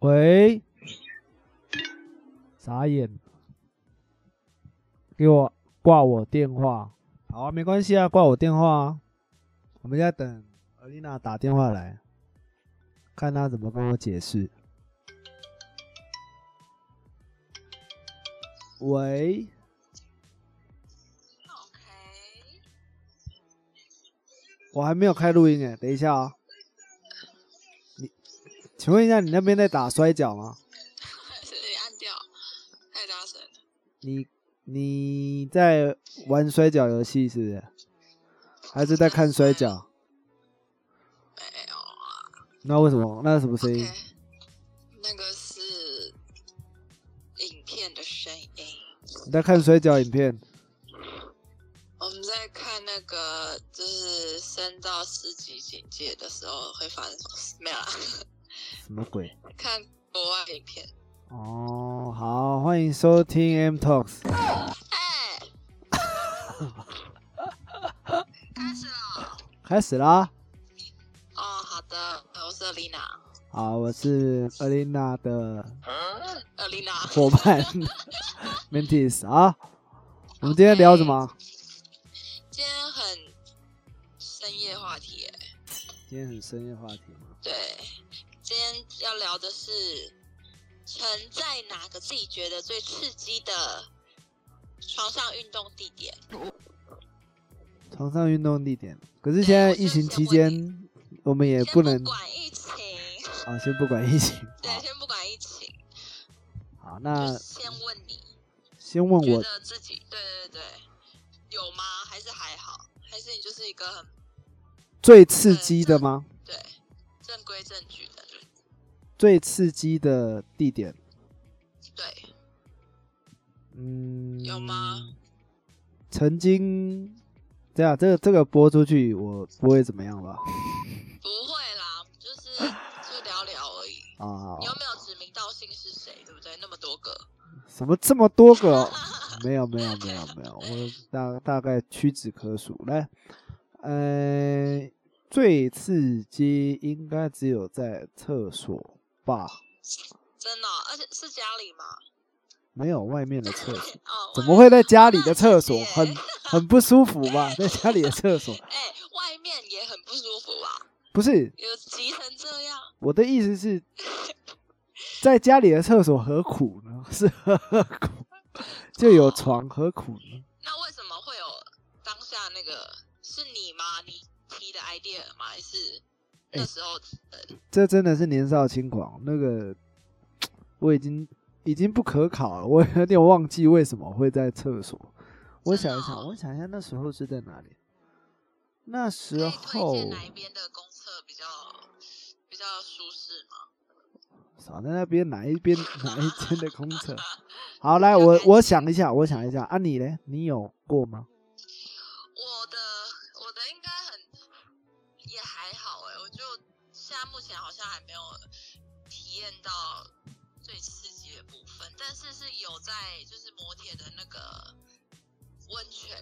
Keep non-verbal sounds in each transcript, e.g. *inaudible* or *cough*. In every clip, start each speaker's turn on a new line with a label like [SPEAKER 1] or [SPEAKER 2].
[SPEAKER 1] 喂，傻眼，给我挂我电话。好啊，没关系啊，挂我电话啊。我们在等尔丽娜打电话来，看她怎么跟我解释。喂，
[SPEAKER 2] OK， *laughs*
[SPEAKER 1] 我还没有开录音哎，等一下啊。你，请问一下，你那边在打摔跤吗？
[SPEAKER 2] 还是你按掉，太大声了。
[SPEAKER 1] 你你在玩摔跤游戏是不是？还是在看摔跤？
[SPEAKER 2] 没有啊。
[SPEAKER 1] 那为什么？那是什么声音
[SPEAKER 2] OK，那个是影片的声音。
[SPEAKER 1] 你在看摔跤影片？
[SPEAKER 2] 我们在看那个就是升到四级警戒的时候会发生什么事？没有啦， *laughs*
[SPEAKER 1] 什么鬼？
[SPEAKER 2] 看国外影片。
[SPEAKER 1] 哦，好，欢迎收听 M Talks。
[SPEAKER 2] 哎、开始了。
[SPEAKER 1] 开始啦！
[SPEAKER 2] 哦，好的，我是 Lina，
[SPEAKER 1] 好，我是 Alina 的
[SPEAKER 2] 呃，Lina。
[SPEAKER 1] 伙伴 *laughs* Mentis 啊。我们今天聊什么？
[SPEAKER 2] 今天很深夜话题耶，
[SPEAKER 1] 今天很深夜话题吗？
[SPEAKER 2] 对，今天要聊的是曾在哪个自己觉得最刺激的床上运动地点？
[SPEAKER 1] 床上运动地点。可是现在疫情期间，我们也
[SPEAKER 2] 先
[SPEAKER 1] 不能
[SPEAKER 2] 管疫情，
[SPEAKER 1] 啊，先不管疫情。
[SPEAKER 2] 对，先不管疫情，
[SPEAKER 1] 好，好，那
[SPEAKER 2] 就先问你，
[SPEAKER 1] 先问
[SPEAKER 2] 觉
[SPEAKER 1] 我
[SPEAKER 2] 得自己对对对有吗？还是还好？还是你就是一个很
[SPEAKER 1] 最刺激的吗？
[SPEAKER 2] 对正规正矩的人？
[SPEAKER 1] 最刺激的地点，
[SPEAKER 2] 对，
[SPEAKER 1] 嗯，
[SPEAKER 2] 有吗？
[SPEAKER 1] 曾经，这样，这个这个播出去，我不会怎么样吧？
[SPEAKER 2] 不会啦，
[SPEAKER 1] *laughs*
[SPEAKER 2] 就是就聊聊而已。
[SPEAKER 1] 啊
[SPEAKER 2] 你，又没有指名道姓是谁，对不对？那么多个，
[SPEAKER 1] 什么这么多个
[SPEAKER 2] *laughs*
[SPEAKER 1] 哦？没有，没有，没有，没有，我大大概屈指可数。来，呃，最刺激应该只有在厕所吧？
[SPEAKER 2] 真的哦、而且是家里吗？
[SPEAKER 1] 没有外面的厕所，
[SPEAKER 2] *laughs* 哦，
[SPEAKER 1] 怎么会在家里的厕所？
[SPEAKER 2] 外
[SPEAKER 1] 很
[SPEAKER 2] 面
[SPEAKER 1] 很不舒服吧？在家里的厕所，
[SPEAKER 2] 哎、外面也很不舒服吧？
[SPEAKER 1] 不是
[SPEAKER 2] 有急成这样，
[SPEAKER 1] 我的意思是，在家里的厕所何苦呢？ *laughs* 是何苦？就有床何苦呢？
[SPEAKER 2] 那为什么会有当下那个是你吗？你提的 idea 吗？还是
[SPEAKER 1] 哎
[SPEAKER 2] 那时候、呃
[SPEAKER 1] 这真的是年少轻狂，那个我已经已经不可考了，我有点忘记为什么会在厕所。我想一
[SPEAKER 2] 真
[SPEAKER 1] 想，
[SPEAKER 2] 的哦
[SPEAKER 1] 我想一下那时候是在哪里？那
[SPEAKER 2] 可
[SPEAKER 1] 时
[SPEAKER 2] 以推
[SPEAKER 1] 候
[SPEAKER 2] 荐哪一边的公厕比较比较舒适吗？
[SPEAKER 1] 少在那边哪一
[SPEAKER 2] *laughs*
[SPEAKER 1] 边哪一间的公厕？好，来我我想一下，我想一下啊，你嘞，你有过吗？
[SPEAKER 2] 我的我的应该很也还好哎、我就现在目前好像还没有体验到最刺激的部分，但是是有在就是摩铁的那个温泉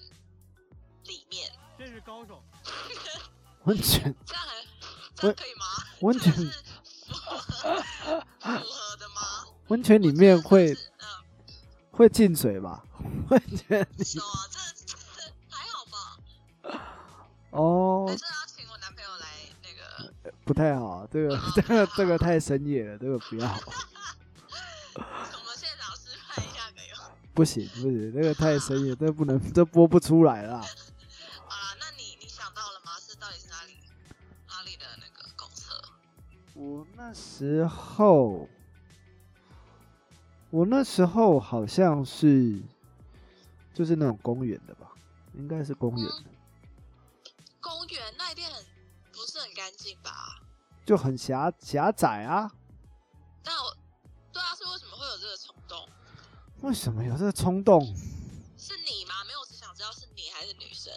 [SPEAKER 2] 里面，
[SPEAKER 3] 真是高手。
[SPEAKER 1] 温泉，
[SPEAKER 2] 这样很这样可以吗？
[SPEAKER 1] *laughs* 温
[SPEAKER 2] 这
[SPEAKER 1] 泉
[SPEAKER 2] 个是符合符合的吗？
[SPEAKER 1] 温泉里面会
[SPEAKER 2] 就是嗯，
[SPEAKER 1] 会进水吧？温泉
[SPEAKER 2] 是吗？啊这这还好吧？
[SPEAKER 1] 哦
[SPEAKER 2] 还，是要请我男朋友来那个。
[SPEAKER 1] 不太好，这个 *laughs* 这个这个太深夜了，这个不要，
[SPEAKER 2] 我们现场示范一下可以吗？
[SPEAKER 1] 不行不行，这个太深夜，这不能这播不出来啦。
[SPEAKER 2] 好啦，那你你想到了吗？是到底是哪里哪里的那个公厕？
[SPEAKER 1] 我那时候，我那时候好像是就是那种公园的吧，应该是公园的，
[SPEAKER 2] 公园那一定很不是很干净吧？
[SPEAKER 1] 就很狭狭窄啊。
[SPEAKER 2] 那我对啊，是为什么会有这个冲动？
[SPEAKER 1] 为什么有这个冲动？
[SPEAKER 2] 是你吗？没有，我只想知道是你还是女生。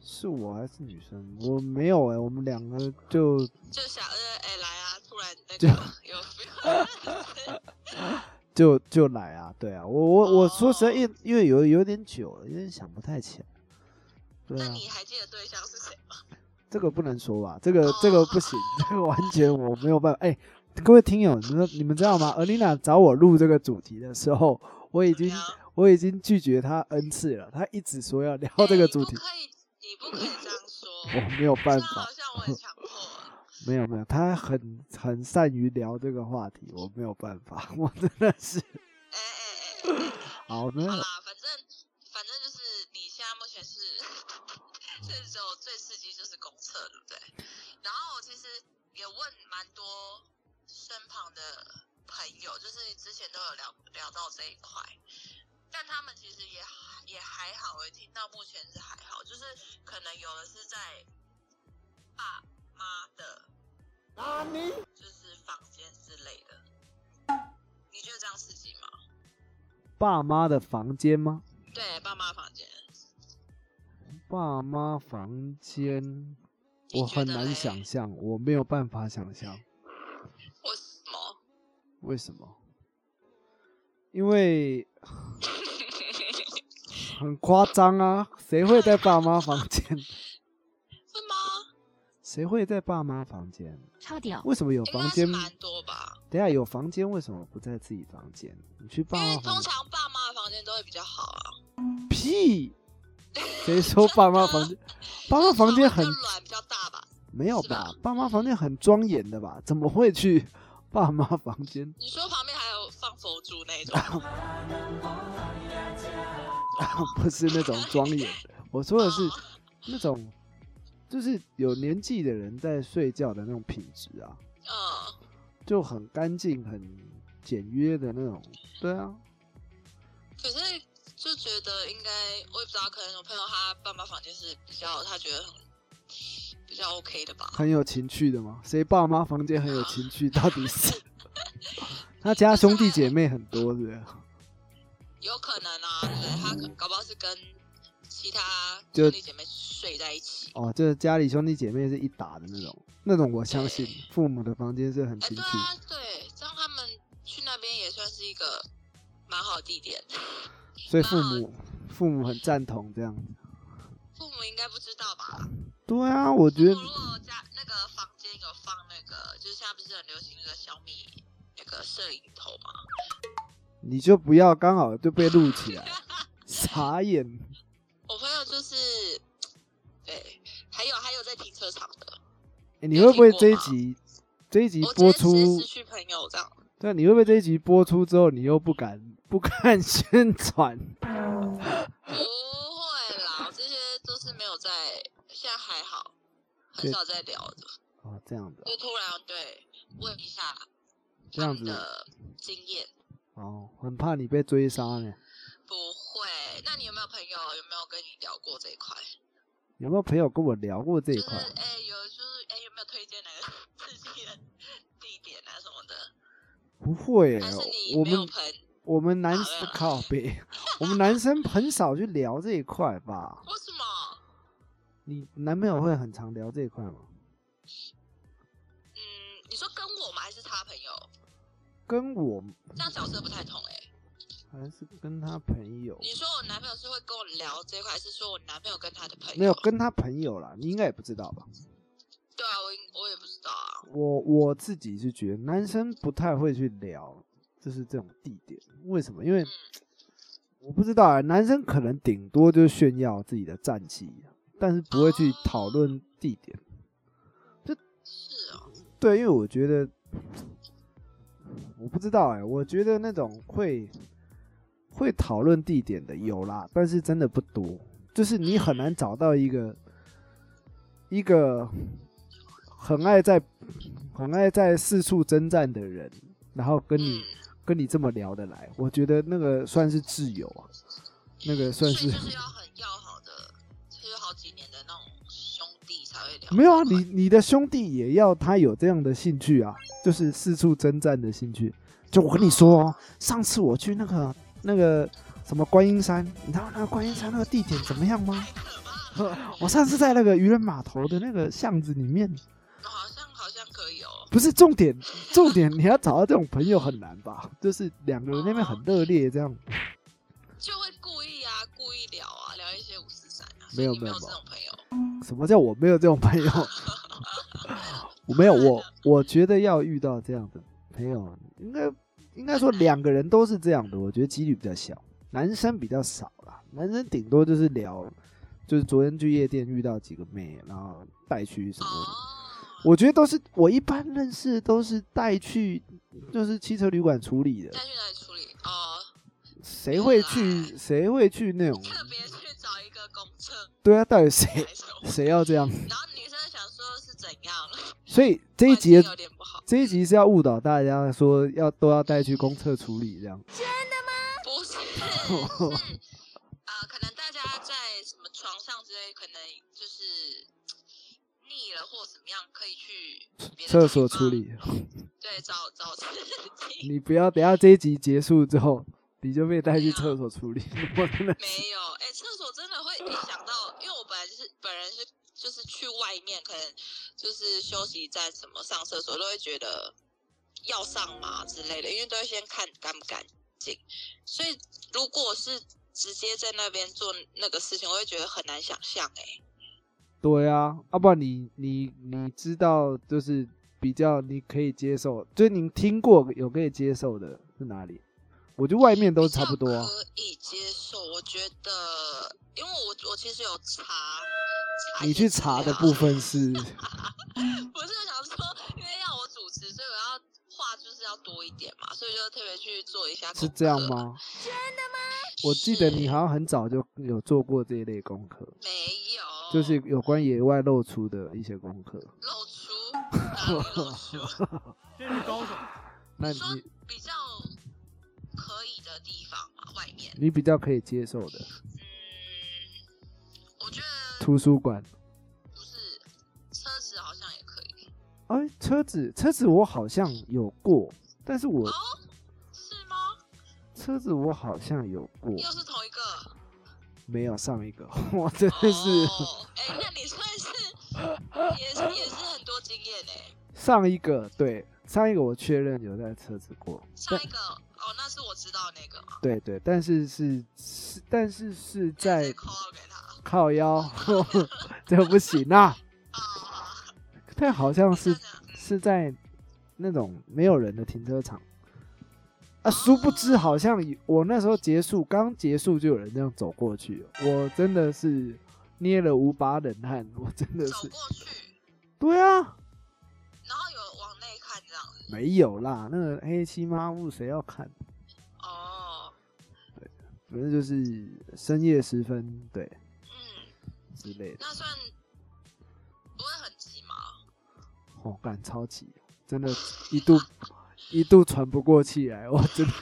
[SPEAKER 1] 是我还是女生？我没有哎、我们两个就
[SPEAKER 2] 就想呃，哎、来啊，突然那个有 feel
[SPEAKER 1] 就就来啊，对啊，我我我说实在，
[SPEAKER 2] 哦
[SPEAKER 1] 因因为有有点久了，有点想不太起来。对
[SPEAKER 2] *laughs* 那
[SPEAKER 1] 啊，
[SPEAKER 2] 你还记得对象是谁吗？
[SPEAKER 1] *laughs* 这个不能说吧，这个这个
[SPEAKER 2] 哦
[SPEAKER 1] 不行，这个完全我没有办法。哎、各位听友，你们你们知道吗？尔妮娜找我录这个主题的时候，我已经
[SPEAKER 2] 怎么样
[SPEAKER 1] 我已经拒绝她 n 次了，她一直说要聊
[SPEAKER 2] 哎
[SPEAKER 1] 这个主
[SPEAKER 2] 你
[SPEAKER 1] 题
[SPEAKER 2] 不，可以，你不可以这样说，
[SPEAKER 1] *laughs* 我没有办
[SPEAKER 2] 这样
[SPEAKER 1] 法
[SPEAKER 2] 好，像我很强迫。
[SPEAKER 1] 没有没有，她很很善于聊这个话题，我没有办法， *laughs* 我真的是
[SPEAKER 2] 哎哎哎哎，
[SPEAKER 1] 好没有
[SPEAKER 2] 好啦，反正反正就是你现在目前是， *laughs* 是只有最刺激就是公厕，对不对？然后我其实也问蛮多身旁的朋友，就是之前都有聊聊到这一块，但他们其实也也还好，我听到目前是还好，就是可能有的是在爸妈的，就是房间之类的，你觉得这样刺激吗？
[SPEAKER 1] 爸妈的房间吗？
[SPEAKER 2] 对，爸妈房间。
[SPEAKER 1] 爸妈房间，
[SPEAKER 2] 你
[SPEAKER 1] 我
[SPEAKER 2] 觉
[SPEAKER 1] 很
[SPEAKER 2] 得
[SPEAKER 1] 难
[SPEAKER 2] 嘞
[SPEAKER 1] 想象，我没有办法想象。
[SPEAKER 2] 为什么？ *laughs*
[SPEAKER 1] 为什么？因为很夸张啊！谁会在爸妈房间？ *laughs*
[SPEAKER 2] 会吗？
[SPEAKER 1] 谁会在爸妈房间？
[SPEAKER 3] 超屌，
[SPEAKER 1] 为什么有
[SPEAKER 2] 应该
[SPEAKER 1] 房
[SPEAKER 2] 是
[SPEAKER 1] 间？
[SPEAKER 2] 蛮多吧，
[SPEAKER 1] 等一下有房间，为什么不在自己房间？你去
[SPEAKER 2] 因
[SPEAKER 1] 爸妈
[SPEAKER 2] 为通
[SPEAKER 1] 房间？
[SPEAKER 2] 常爸妈的房间都会比较好啊。
[SPEAKER 1] 屁！谁说爸妈房间？
[SPEAKER 2] *laughs*
[SPEAKER 1] 爸妈房间很
[SPEAKER 2] 比较软，比较大吧？
[SPEAKER 1] 没有
[SPEAKER 2] 是
[SPEAKER 1] 吧
[SPEAKER 2] 吧？
[SPEAKER 1] 爸妈房间很庄严的吧？怎么会去 *laughs* 爸妈房间？
[SPEAKER 2] 你说旁边还有放佛珠那种，
[SPEAKER 1] *laughs* 不是那种庄严的，我说的是那种，就是有年纪的人在睡觉的那种品质啊，
[SPEAKER 2] 嗯，
[SPEAKER 1] 就很干净、很简约的那种。对啊，
[SPEAKER 2] 可是就觉得应该，我也不知道，可能我朋友他爸妈房间是比较他觉得很比较 OK 的吧。
[SPEAKER 1] 很有情趣的嘛。谁爸妈房间很有情趣？到底是 *laughs* 他家兄弟姐妹很多，是不是？
[SPEAKER 2] 有可能啊，对不对？他可搞不好是跟其他
[SPEAKER 1] 就
[SPEAKER 2] 兄弟姐妹睡在一起。
[SPEAKER 1] 哦，就是家里兄弟姐妹是一打的那种，那种我相信父母的房间是很
[SPEAKER 2] 哎，
[SPEAKER 1] 情
[SPEAKER 2] 对
[SPEAKER 1] 趣。
[SPEAKER 2] 啊，对，这样他们去那边也算是一个蛮好的地点。
[SPEAKER 1] 所以父母父母很赞同这样子。
[SPEAKER 2] 父母应该不知道吧？
[SPEAKER 1] 对啊，我
[SPEAKER 2] 父
[SPEAKER 1] 觉
[SPEAKER 2] 母
[SPEAKER 1] 得
[SPEAKER 2] 如果家那个房间有放那个，就是现在不是很流行那个小米那个摄影头嘛？
[SPEAKER 1] 你就不要刚好就被录
[SPEAKER 2] *laughs*
[SPEAKER 1] 起来，傻眼。
[SPEAKER 2] 我朋友就是，对，还有还有在停车场的，
[SPEAKER 1] 欸你会不会这一集这一集
[SPEAKER 2] 我
[SPEAKER 1] 播
[SPEAKER 2] 直接直接
[SPEAKER 1] 出
[SPEAKER 2] 失？去朋友这样。
[SPEAKER 1] 对，你会不会这一集播出之后，你又不敢不敢 *laughs* 宣传？
[SPEAKER 2] 不会啦，我这些都是没有在，现在还好，很
[SPEAKER 1] 对
[SPEAKER 2] 少在聊的，
[SPEAKER 1] 哦，这样子
[SPEAKER 2] 就突然对问一下
[SPEAKER 1] 这样
[SPEAKER 2] 他们
[SPEAKER 1] 子
[SPEAKER 2] 的经验。嗯
[SPEAKER 1] 哦，很怕你被追杀呢。
[SPEAKER 2] 不会，那你有没有朋友有没有跟你聊过这一块？
[SPEAKER 1] 有没有朋友跟我聊过这一
[SPEAKER 2] 就是
[SPEAKER 1] 块？
[SPEAKER 2] 哎、有就是哎、有没有推荐哪个刺激的地点啊什么的？
[SPEAKER 1] 不会耶、
[SPEAKER 2] 但是你
[SPEAKER 1] 我
[SPEAKER 2] 没有
[SPEAKER 1] 们
[SPEAKER 2] 朋，
[SPEAKER 1] 我们男
[SPEAKER 2] 好
[SPEAKER 1] 生
[SPEAKER 2] 了
[SPEAKER 1] 靠背，我们男生很少去聊这一块吧？
[SPEAKER 2] 为什么？
[SPEAKER 1] 你男朋友会很常聊这一块吗？
[SPEAKER 2] 嗯，你说跟我吗？还是他朋友？
[SPEAKER 1] 跟我
[SPEAKER 2] 这样角色不太同哎、
[SPEAKER 1] 还是跟他朋友？
[SPEAKER 2] 你说我男朋友是会跟我聊这一块，还是说我男朋友跟他的朋友？
[SPEAKER 1] 没有跟他朋友啦，你应该也不知道吧？
[SPEAKER 2] 对啊，我应我也不知道啊。
[SPEAKER 1] 我我自己是觉得男生不太会去聊，就是这种地点，为什么？因为我不知道啊、男生可能顶多就炫耀自己的战绩，但是不会去讨论地点。
[SPEAKER 2] 是哦，
[SPEAKER 1] 对，因为我觉得，我不知道哎、我觉得那种会会讨论地点的有啦，但是真的不多，就是你很
[SPEAKER 2] 嗯
[SPEAKER 1] 难找到一个一个很爱在很爱在四处征战的人，然后跟你、
[SPEAKER 2] 嗯
[SPEAKER 1] 跟你这么聊得来，我觉得那个算是挚友啊，那个
[SPEAKER 2] 所
[SPEAKER 1] 算
[SPEAKER 2] 以
[SPEAKER 1] 是
[SPEAKER 2] 就是要很要好的，就是好几年的那种兄弟才会聊。
[SPEAKER 1] 没有啊，你你的兄弟也要他有这样的兴趣啊，就是四处征战的兴趣。就我跟你说哦，上次我去那个那个什么观音山，你知道那个观音山那个地点怎么样吗？我上次在那个渔人码头的那个巷子里面，
[SPEAKER 2] 哦好像好像可以哦。
[SPEAKER 1] 不是重点，重点你要找到这种朋友很难吧？就是两个人那边很热烈这样，
[SPEAKER 2] 就会故意啊，故意聊啊，聊一些五四三啊。
[SPEAKER 1] 没有
[SPEAKER 2] 所以你没
[SPEAKER 1] 没有
[SPEAKER 2] 这种朋友，
[SPEAKER 1] 什么叫我没有这种朋友？ *laughs* 我没有，我我觉得要遇到这样的朋友，应该应该说两个人都是这样的，我觉得几率比较小，男生比较少啦，男生顶多就是聊，就是昨天去夜店遇到几个妹，然后带去什么的，
[SPEAKER 2] 哦，
[SPEAKER 1] 我觉得都是我一般认识的都是带去就是汽车旅馆处理的，
[SPEAKER 2] 该去哪里处理？哦， *laughs*
[SPEAKER 1] 谁会去谁会去那种？
[SPEAKER 2] 特别去找一个公厕
[SPEAKER 1] 对啊，到底谁
[SPEAKER 2] 来什
[SPEAKER 1] *laughs*
[SPEAKER 2] 么？
[SPEAKER 1] 谁要这样？
[SPEAKER 2] 然后女生想说是怎样？
[SPEAKER 1] 所以这一
[SPEAKER 2] 环
[SPEAKER 1] 集
[SPEAKER 2] 境
[SPEAKER 1] 的
[SPEAKER 2] 有点不好，
[SPEAKER 1] 这一集是要误导大家说要都要带去公厕处理这样。
[SPEAKER 2] 不是是啊、呃可能大家在什么床上之类，可能就是腻了或怎么样，可以去别的
[SPEAKER 1] 厕
[SPEAKER 2] 地
[SPEAKER 1] 所
[SPEAKER 2] 方
[SPEAKER 1] 处，理。 *laughs*
[SPEAKER 2] 对，找找刺激。
[SPEAKER 1] 你不要等下这一集结束之后，你就被带去厕所处理。我真的是， *laughs*
[SPEAKER 2] 没有，哎、厕所真的会一想到，因为我本来就是本人是就是去外面，可能就是休息站什么上厕所，都会觉得要上嘛之类的，因为都会先看干不干净。所以如果是直接在那边做那个事情，我会觉得很难想象、哎，
[SPEAKER 1] 对啊，要、不然你你你知道就是比较你可以接受，就是你听过有可以接受的是哪里？我觉得外面都差不多、啊。
[SPEAKER 2] 可以接受。我觉得，因为我我其实有查，查
[SPEAKER 1] 你
[SPEAKER 2] 一
[SPEAKER 1] 去
[SPEAKER 2] 些
[SPEAKER 1] 查的
[SPEAKER 2] 资料
[SPEAKER 1] 部分是，
[SPEAKER 2] 不是我想说，因为要我主持，所以我要话就是要多一点嘛，所以就特别去做一下。
[SPEAKER 1] 是这样？吗？我记得你好像很早就有做过这一类功课，
[SPEAKER 2] 没有，
[SPEAKER 1] 就是有关野外露出的一些功课。
[SPEAKER 2] 露出，
[SPEAKER 1] *laughs*
[SPEAKER 2] 哪里露出
[SPEAKER 3] 这是高手。
[SPEAKER 1] 那
[SPEAKER 2] 说
[SPEAKER 1] 你
[SPEAKER 2] 比较可以的地方嘛，外面，
[SPEAKER 1] 你比较可以接受的
[SPEAKER 2] 嗯，我觉得
[SPEAKER 1] 图书馆。
[SPEAKER 2] 不是车子好像也可以，
[SPEAKER 1] 哎，车子车子我好像有过，但是我
[SPEAKER 2] 哦是吗？
[SPEAKER 1] 车子我好像有过，
[SPEAKER 2] 又是同一个，
[SPEAKER 1] 没有上一个， *laughs* 我真的 *laughs* 是
[SPEAKER 2] 哦，哎、那你算是也是也是很多经验哎、
[SPEAKER 1] 上一个对上一个我确认有在车子过，
[SPEAKER 2] 上一个哦，那是我知道那个嘛，
[SPEAKER 1] 对对，但是是是但是是在
[SPEAKER 2] call 给他。
[SPEAKER 1] 靠腰， *laughs* 这个不行啊，
[SPEAKER 2] 啊，
[SPEAKER 1] 但好像是
[SPEAKER 2] 真的
[SPEAKER 1] 是在那种没有人的停车场。啊，殊不知好像有我那时候结束刚结束就有人这样走过去了，我真的是捏了五把冷汗，我真的
[SPEAKER 2] 走
[SPEAKER 1] 是
[SPEAKER 2] 过去，
[SPEAKER 1] *laughs* 对啊，
[SPEAKER 2] 然后有往内看这样子。
[SPEAKER 1] 没有啦，那个黑漆麻雾谁要看？
[SPEAKER 2] 哦，
[SPEAKER 1] 反正就是深夜时分对
[SPEAKER 2] 嗯，
[SPEAKER 1] 之类的，
[SPEAKER 2] 那算不会很急嘛？
[SPEAKER 1] 哦，感超级真的，一度一度喘不过气来，我真的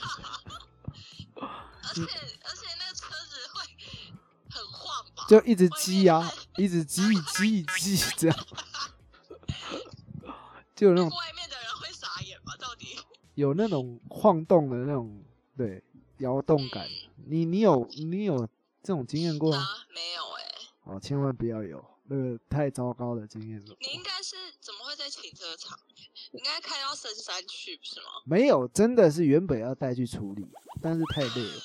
[SPEAKER 2] 而且而且那个车子会很晃吧？
[SPEAKER 1] 嗯就一直激啊，一直激激激这样，就有那种
[SPEAKER 2] 外面的人会傻眼吗？到底？
[SPEAKER 1] 有那种晃动的那种对摇动感。你你有你有这种经验过吗？
[SPEAKER 2] 啊，没有哎、
[SPEAKER 1] 哦，千万不要有，那个太糟糕的经验了。
[SPEAKER 2] 你应该是怎么会在停车场？应该开到深山去不是吗？
[SPEAKER 1] 没有，真的是原本要带去处理，但是太累了，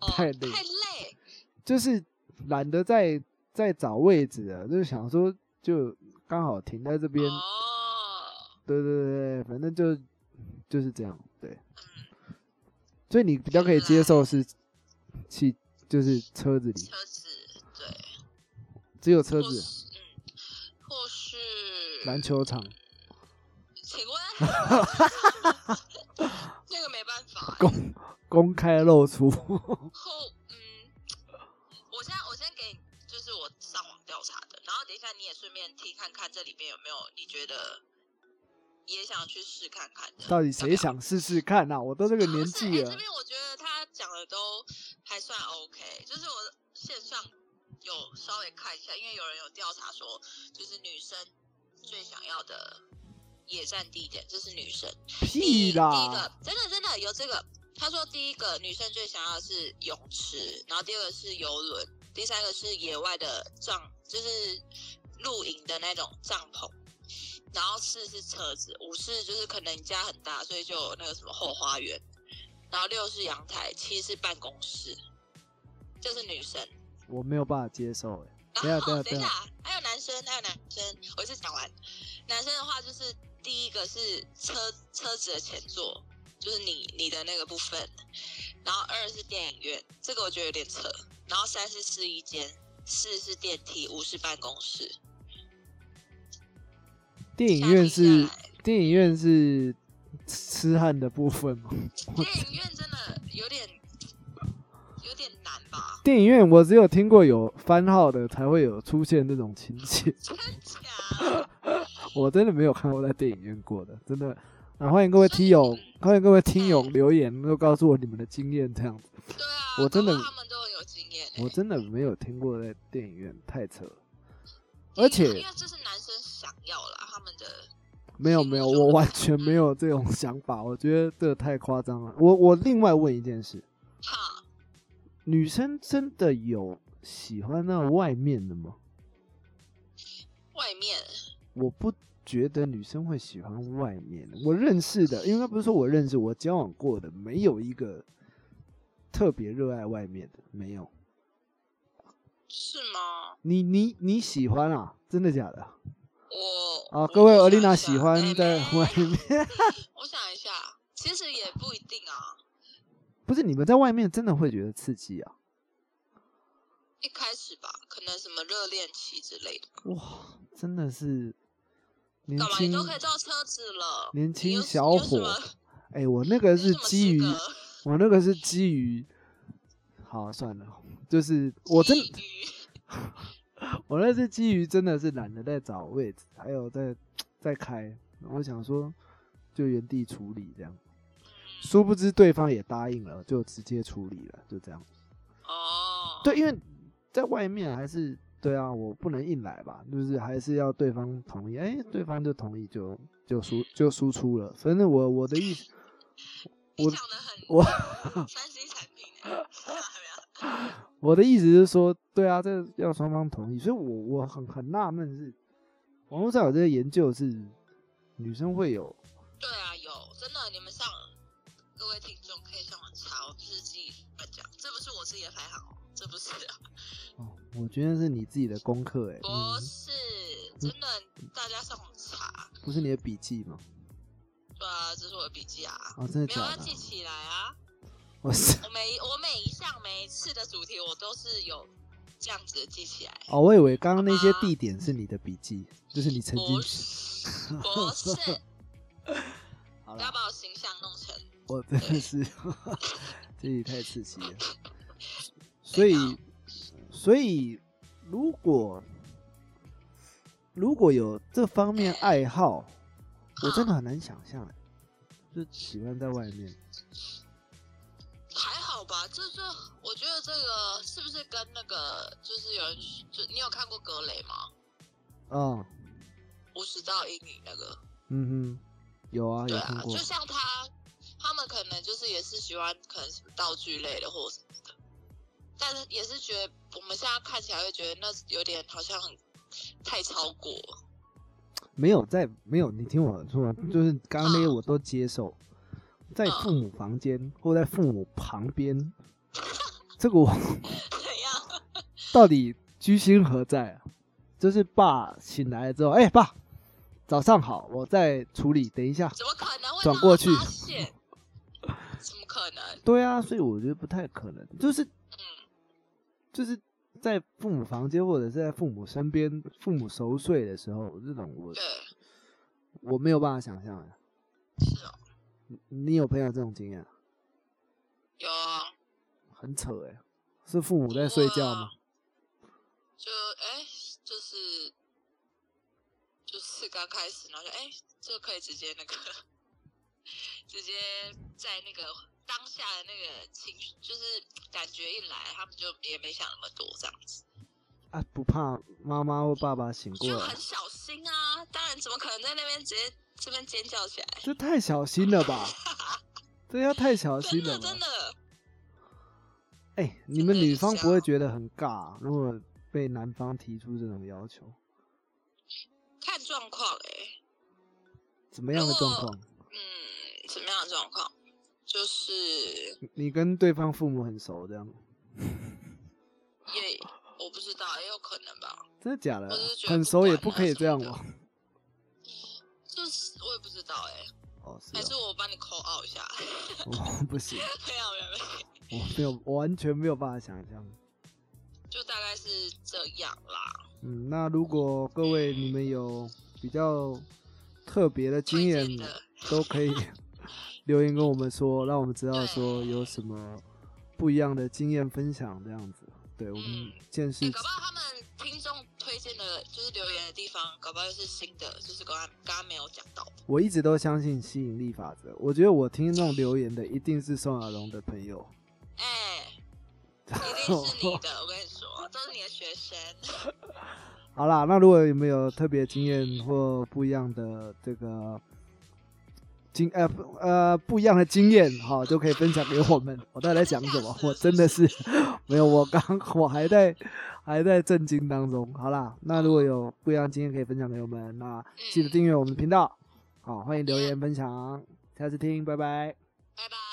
[SPEAKER 2] 哦，
[SPEAKER 1] 太累
[SPEAKER 2] 太累，
[SPEAKER 1] 就是懒得再再找位置了，就是想说就刚好停在这边，
[SPEAKER 2] 哦，
[SPEAKER 1] 对对对，反正就就是这样，对。所以你比较可以接受是汽，就是车子里
[SPEAKER 2] 车子对，
[SPEAKER 1] 只有车
[SPEAKER 2] 或
[SPEAKER 1] 子，
[SPEAKER 2] 是嗯，或是
[SPEAKER 1] 篮球场、
[SPEAKER 2] 请问，
[SPEAKER 1] *laughs*
[SPEAKER 2] 那个没办法欸。
[SPEAKER 1] 公公开露出，
[SPEAKER 2] 后嗯，我现在我先给你，就是我上网调查的，然后等一下你也顺便听看看这里面有没有你觉得也想去试看看的。
[SPEAKER 1] 到底谁想试试看呐、我都这个年
[SPEAKER 2] 不是
[SPEAKER 1] 纪啊
[SPEAKER 2] 哎这
[SPEAKER 1] 了，
[SPEAKER 2] 边我觉得他讲的都还算 OK，就是我线上有稍微看一下，因为有人有调查说，就是女生最想要的野战地点，这是女生。第
[SPEAKER 1] 屁
[SPEAKER 2] 一第一
[SPEAKER 1] 啦
[SPEAKER 2] 个！真的真的有这个，他说第一个女生最想要的是泳池，然后第二个是游轮，第三个是野外的帐，就是露营的那种帐篷。然后四是车子，五是就是可能你家很大，所以就有那个什么后花园。然后六是阳台，七是办公室，这是女生。
[SPEAKER 1] 我没有办法接受、欸，等一
[SPEAKER 2] 然
[SPEAKER 1] 下等一下
[SPEAKER 2] 后哦等
[SPEAKER 1] 等
[SPEAKER 2] 一
[SPEAKER 1] 一下
[SPEAKER 2] 下，还有男生，还有男生，我一次讲完。男生的话就是第一个是车车子的前座，就是你你的那个部分，然后二是电影院，这个我觉得有点扯，然后三是试衣间，四是电梯，五是办公室。
[SPEAKER 1] 电影
[SPEAKER 2] 这样
[SPEAKER 1] 院
[SPEAKER 2] 听下
[SPEAKER 1] 是
[SPEAKER 2] 来
[SPEAKER 1] 电影院是痴汉的部分吗？ *laughs*
[SPEAKER 2] 电影院真的有点有点难吧？
[SPEAKER 1] 电影院我只有听过有番号的才会有出现这种情节，
[SPEAKER 2] 真假？
[SPEAKER 1] 我真的没有看过在电影院过的，真的。啊，欢迎各位听友，欢迎各位听友留言，都告诉我你们的经验，这样子，
[SPEAKER 2] 对啊，
[SPEAKER 1] 我真的
[SPEAKER 2] 搞不好他们都有经验欸、
[SPEAKER 1] 我真的没有听过在电影院，太扯了。
[SPEAKER 2] 因为
[SPEAKER 1] 而且
[SPEAKER 2] 因为这是男生想要啦，他们的
[SPEAKER 1] 没有没有，我完全没有这种想法，我觉得这太夸张了。我我另外问一件事，
[SPEAKER 2] 哈，
[SPEAKER 1] 女生真的有喜欢那外面的吗？
[SPEAKER 2] 外面
[SPEAKER 1] 我不觉得女生会喜欢外面的。我认识的，应该不是说我认识，我交往过的，没有一个特别热爱外面的，没有。
[SPEAKER 2] 是吗？
[SPEAKER 1] 你你你喜欢啊？真的假的？
[SPEAKER 2] 我
[SPEAKER 1] 啊，
[SPEAKER 2] 我
[SPEAKER 1] 各位
[SPEAKER 2] 我
[SPEAKER 1] 俄
[SPEAKER 2] 想
[SPEAKER 1] 丽
[SPEAKER 2] 一
[SPEAKER 1] 娜
[SPEAKER 2] 下
[SPEAKER 1] 喜欢
[SPEAKER 2] 哎
[SPEAKER 1] 在
[SPEAKER 2] 没
[SPEAKER 1] 外面， *laughs*
[SPEAKER 2] 我想一下，其实也不一定啊。
[SPEAKER 1] 不是你们在外面真的会觉得刺激啊？
[SPEAKER 2] 一开始吧，可能什么热恋期之类的，
[SPEAKER 1] 哇，真的是年
[SPEAKER 2] 干嘛
[SPEAKER 1] 轻
[SPEAKER 2] 你都可以造车子了，
[SPEAKER 1] 年
[SPEAKER 2] 你
[SPEAKER 1] 轻
[SPEAKER 2] 有
[SPEAKER 1] 小
[SPEAKER 2] 你有什
[SPEAKER 1] 伙
[SPEAKER 2] 么
[SPEAKER 1] 哎、我那个
[SPEAKER 2] 你有
[SPEAKER 1] 是
[SPEAKER 2] 什么
[SPEAKER 1] 基
[SPEAKER 2] 资
[SPEAKER 1] 于
[SPEAKER 2] 格
[SPEAKER 1] 我那个是基于，好算了，就是我真
[SPEAKER 2] 基于
[SPEAKER 1] 我那是基于真的是懒得在找位置，还有在在开，我想说就原地处理这样，殊不知对方也答应了，就直接处理了，就这样。
[SPEAKER 2] 哦，
[SPEAKER 1] 对，因为在外面还是对啊，我不能硬来吧，就是还是要对方同意，哎、对方就同意就就输就输出了，反正我我的意思，
[SPEAKER 2] 你
[SPEAKER 1] 我
[SPEAKER 2] 讲的很
[SPEAKER 1] 我 *laughs*
[SPEAKER 2] 三 C 产品欸，
[SPEAKER 1] 我的意思是说，对啊，这要双方同意，所以我我很很纳闷是，网络上有这些研究是女生会有
[SPEAKER 2] 对啊，有真的，你们上各位听众可以上网查，我不是自己乱讲，这不是我自己的排行哦，这不是啊，
[SPEAKER 1] 哦，我觉得是你自己的功课哎、
[SPEAKER 2] 不
[SPEAKER 1] 嗯，
[SPEAKER 2] 是真的，大家上网查，
[SPEAKER 1] 不是你的笔记吗？
[SPEAKER 2] 对啊，这是我的笔记啊，
[SPEAKER 1] 哦，真的
[SPEAKER 2] 没有
[SPEAKER 1] 假
[SPEAKER 2] 要
[SPEAKER 1] 的
[SPEAKER 2] 记？起来啊。
[SPEAKER 1] 我是
[SPEAKER 2] 我每我每一项每一次的主题，我都是有这样子记起来。
[SPEAKER 1] 哦，我以为刚刚那些地点是你的笔记，
[SPEAKER 2] *laughs*
[SPEAKER 1] 就是你曾经
[SPEAKER 2] 不
[SPEAKER 1] 去。 *laughs*
[SPEAKER 2] 是，不是，
[SPEAKER 1] 好
[SPEAKER 2] 不
[SPEAKER 1] 了
[SPEAKER 2] 要，把我形象弄成
[SPEAKER 1] 我真的是 *laughs* 这也太刺激了。所以，
[SPEAKER 2] 啊
[SPEAKER 1] 所以如果如果有这方面爱好，我真的很难想象欸，就喜欢在外面。
[SPEAKER 2] 还好吧。这就我觉得这个是不是跟那个就是有人就你有看过格雷吗？
[SPEAKER 1] 哦，
[SPEAKER 2] 五十道英语那个，
[SPEAKER 1] 嗯哼，有啊，
[SPEAKER 2] 对
[SPEAKER 1] 有
[SPEAKER 2] 啊
[SPEAKER 1] 看，过
[SPEAKER 2] 就。像他他们可能就是也是喜欢可能什么道具类的或什么的，但是也是觉得我们现在看起来会觉得那有点好像很太超过。
[SPEAKER 1] 没有在没有，你听我说，就是刚刚那些我都接受，在父母房间或在父母旁边，这个我
[SPEAKER 2] 怎样？
[SPEAKER 1] 到底居心何在啊？就是爸醒来之后，哎、爸，早上好，我在处理，等一下。
[SPEAKER 2] 怎么可能会
[SPEAKER 1] 转过去
[SPEAKER 2] 让他发现？怎么可能？
[SPEAKER 1] 对啊，所以我觉得不太可能，就是就是在父母房间或者是在父母身边，父母熟睡的时候，这种我
[SPEAKER 2] 对，
[SPEAKER 1] 我没有办法想象啊。
[SPEAKER 2] 是哦，
[SPEAKER 1] 你你有朋友这种经验啊？
[SPEAKER 2] 有啊，
[SPEAKER 1] 很扯哎、是父母在睡觉吗？
[SPEAKER 2] 就哎、就是就是刚开始，然后就哎、就可以直接那个， *laughs* 直接在那个当下的那个情绪，就是感觉一来，他们就也没想那么多，这样子
[SPEAKER 1] 啊，不怕妈妈或爸爸醒过
[SPEAKER 2] 就
[SPEAKER 1] 来
[SPEAKER 2] 很？小心啊。当然，怎么可能在那边直接这边尖叫起来？
[SPEAKER 1] 这太小心了吧？这要太小心
[SPEAKER 2] 真
[SPEAKER 1] 了
[SPEAKER 2] 的
[SPEAKER 1] 吧？
[SPEAKER 2] 真的，
[SPEAKER 1] 哎、你们
[SPEAKER 2] 真的
[SPEAKER 1] 女
[SPEAKER 2] 是
[SPEAKER 1] 方
[SPEAKER 2] 这
[SPEAKER 1] 不会
[SPEAKER 2] 样
[SPEAKER 1] 觉得很尬啊、如果被男方提出这种要求，
[SPEAKER 2] 看状况哎、
[SPEAKER 1] 怎么样的状
[SPEAKER 2] 如果
[SPEAKER 1] 况？
[SPEAKER 2] 嗯，什么样的状况？就是
[SPEAKER 1] 你跟对方父母很熟，这样
[SPEAKER 2] 也我不知道，因为有可能吧。
[SPEAKER 1] 真的假的
[SPEAKER 2] 我就是？觉得
[SPEAKER 1] 很
[SPEAKER 2] 不
[SPEAKER 1] 熟也
[SPEAKER 2] 管
[SPEAKER 1] 不
[SPEAKER 2] 啊
[SPEAKER 1] 可以
[SPEAKER 2] 什
[SPEAKER 1] 这样
[SPEAKER 2] 么的
[SPEAKER 1] 吗？
[SPEAKER 2] 就是我也不知道哎、
[SPEAKER 1] 哦，是
[SPEAKER 2] 还是
[SPEAKER 1] 哦，
[SPEAKER 2] 我帮你扣 out 一下？ *laughs*
[SPEAKER 1] 我 *laughs* 不行，
[SPEAKER 2] 没有没有没有，
[SPEAKER 1] 我没有，我完全没有办法想象。
[SPEAKER 2] 就大概是这样啦。
[SPEAKER 1] 嗯，那如果各位你们有比较特别的经
[SPEAKER 2] 推
[SPEAKER 1] 验
[SPEAKER 2] 荐，的，
[SPEAKER 1] 都可
[SPEAKER 2] *laughs*
[SPEAKER 1] 以留言跟我们说，让我们知道
[SPEAKER 2] 对
[SPEAKER 1] 说有什么不一样的经验分享这样子。对我们
[SPEAKER 2] 嗯
[SPEAKER 1] 见
[SPEAKER 2] 欸
[SPEAKER 1] 识
[SPEAKER 2] 搞不好他们听众推荐的，就是留言的地方，搞不好又是新的，就是刚刚刚刚没有讲到的。
[SPEAKER 1] 我一直都相信吸引力法则。我觉得我听这种留言的一定是宋亚龙的朋友，
[SPEAKER 2] 哎、一定是
[SPEAKER 1] *laughs*
[SPEAKER 2] 你的，我跟你说，都是你的学生。
[SPEAKER 1] 好啦，那如果你们有特别经验或不一样的这个经呃不呃不一样的经验，哈，都可以分享给我们。 *laughs* 我到底在讲什么？我真的是没有，我刚我还在还在震惊当中。好啦，那如果有不一样的经验可以分享给我们，那
[SPEAKER 2] 嗯
[SPEAKER 1] 记得订阅我们的频道，好，欢迎留言分享，下次听，拜拜。
[SPEAKER 2] 拜拜。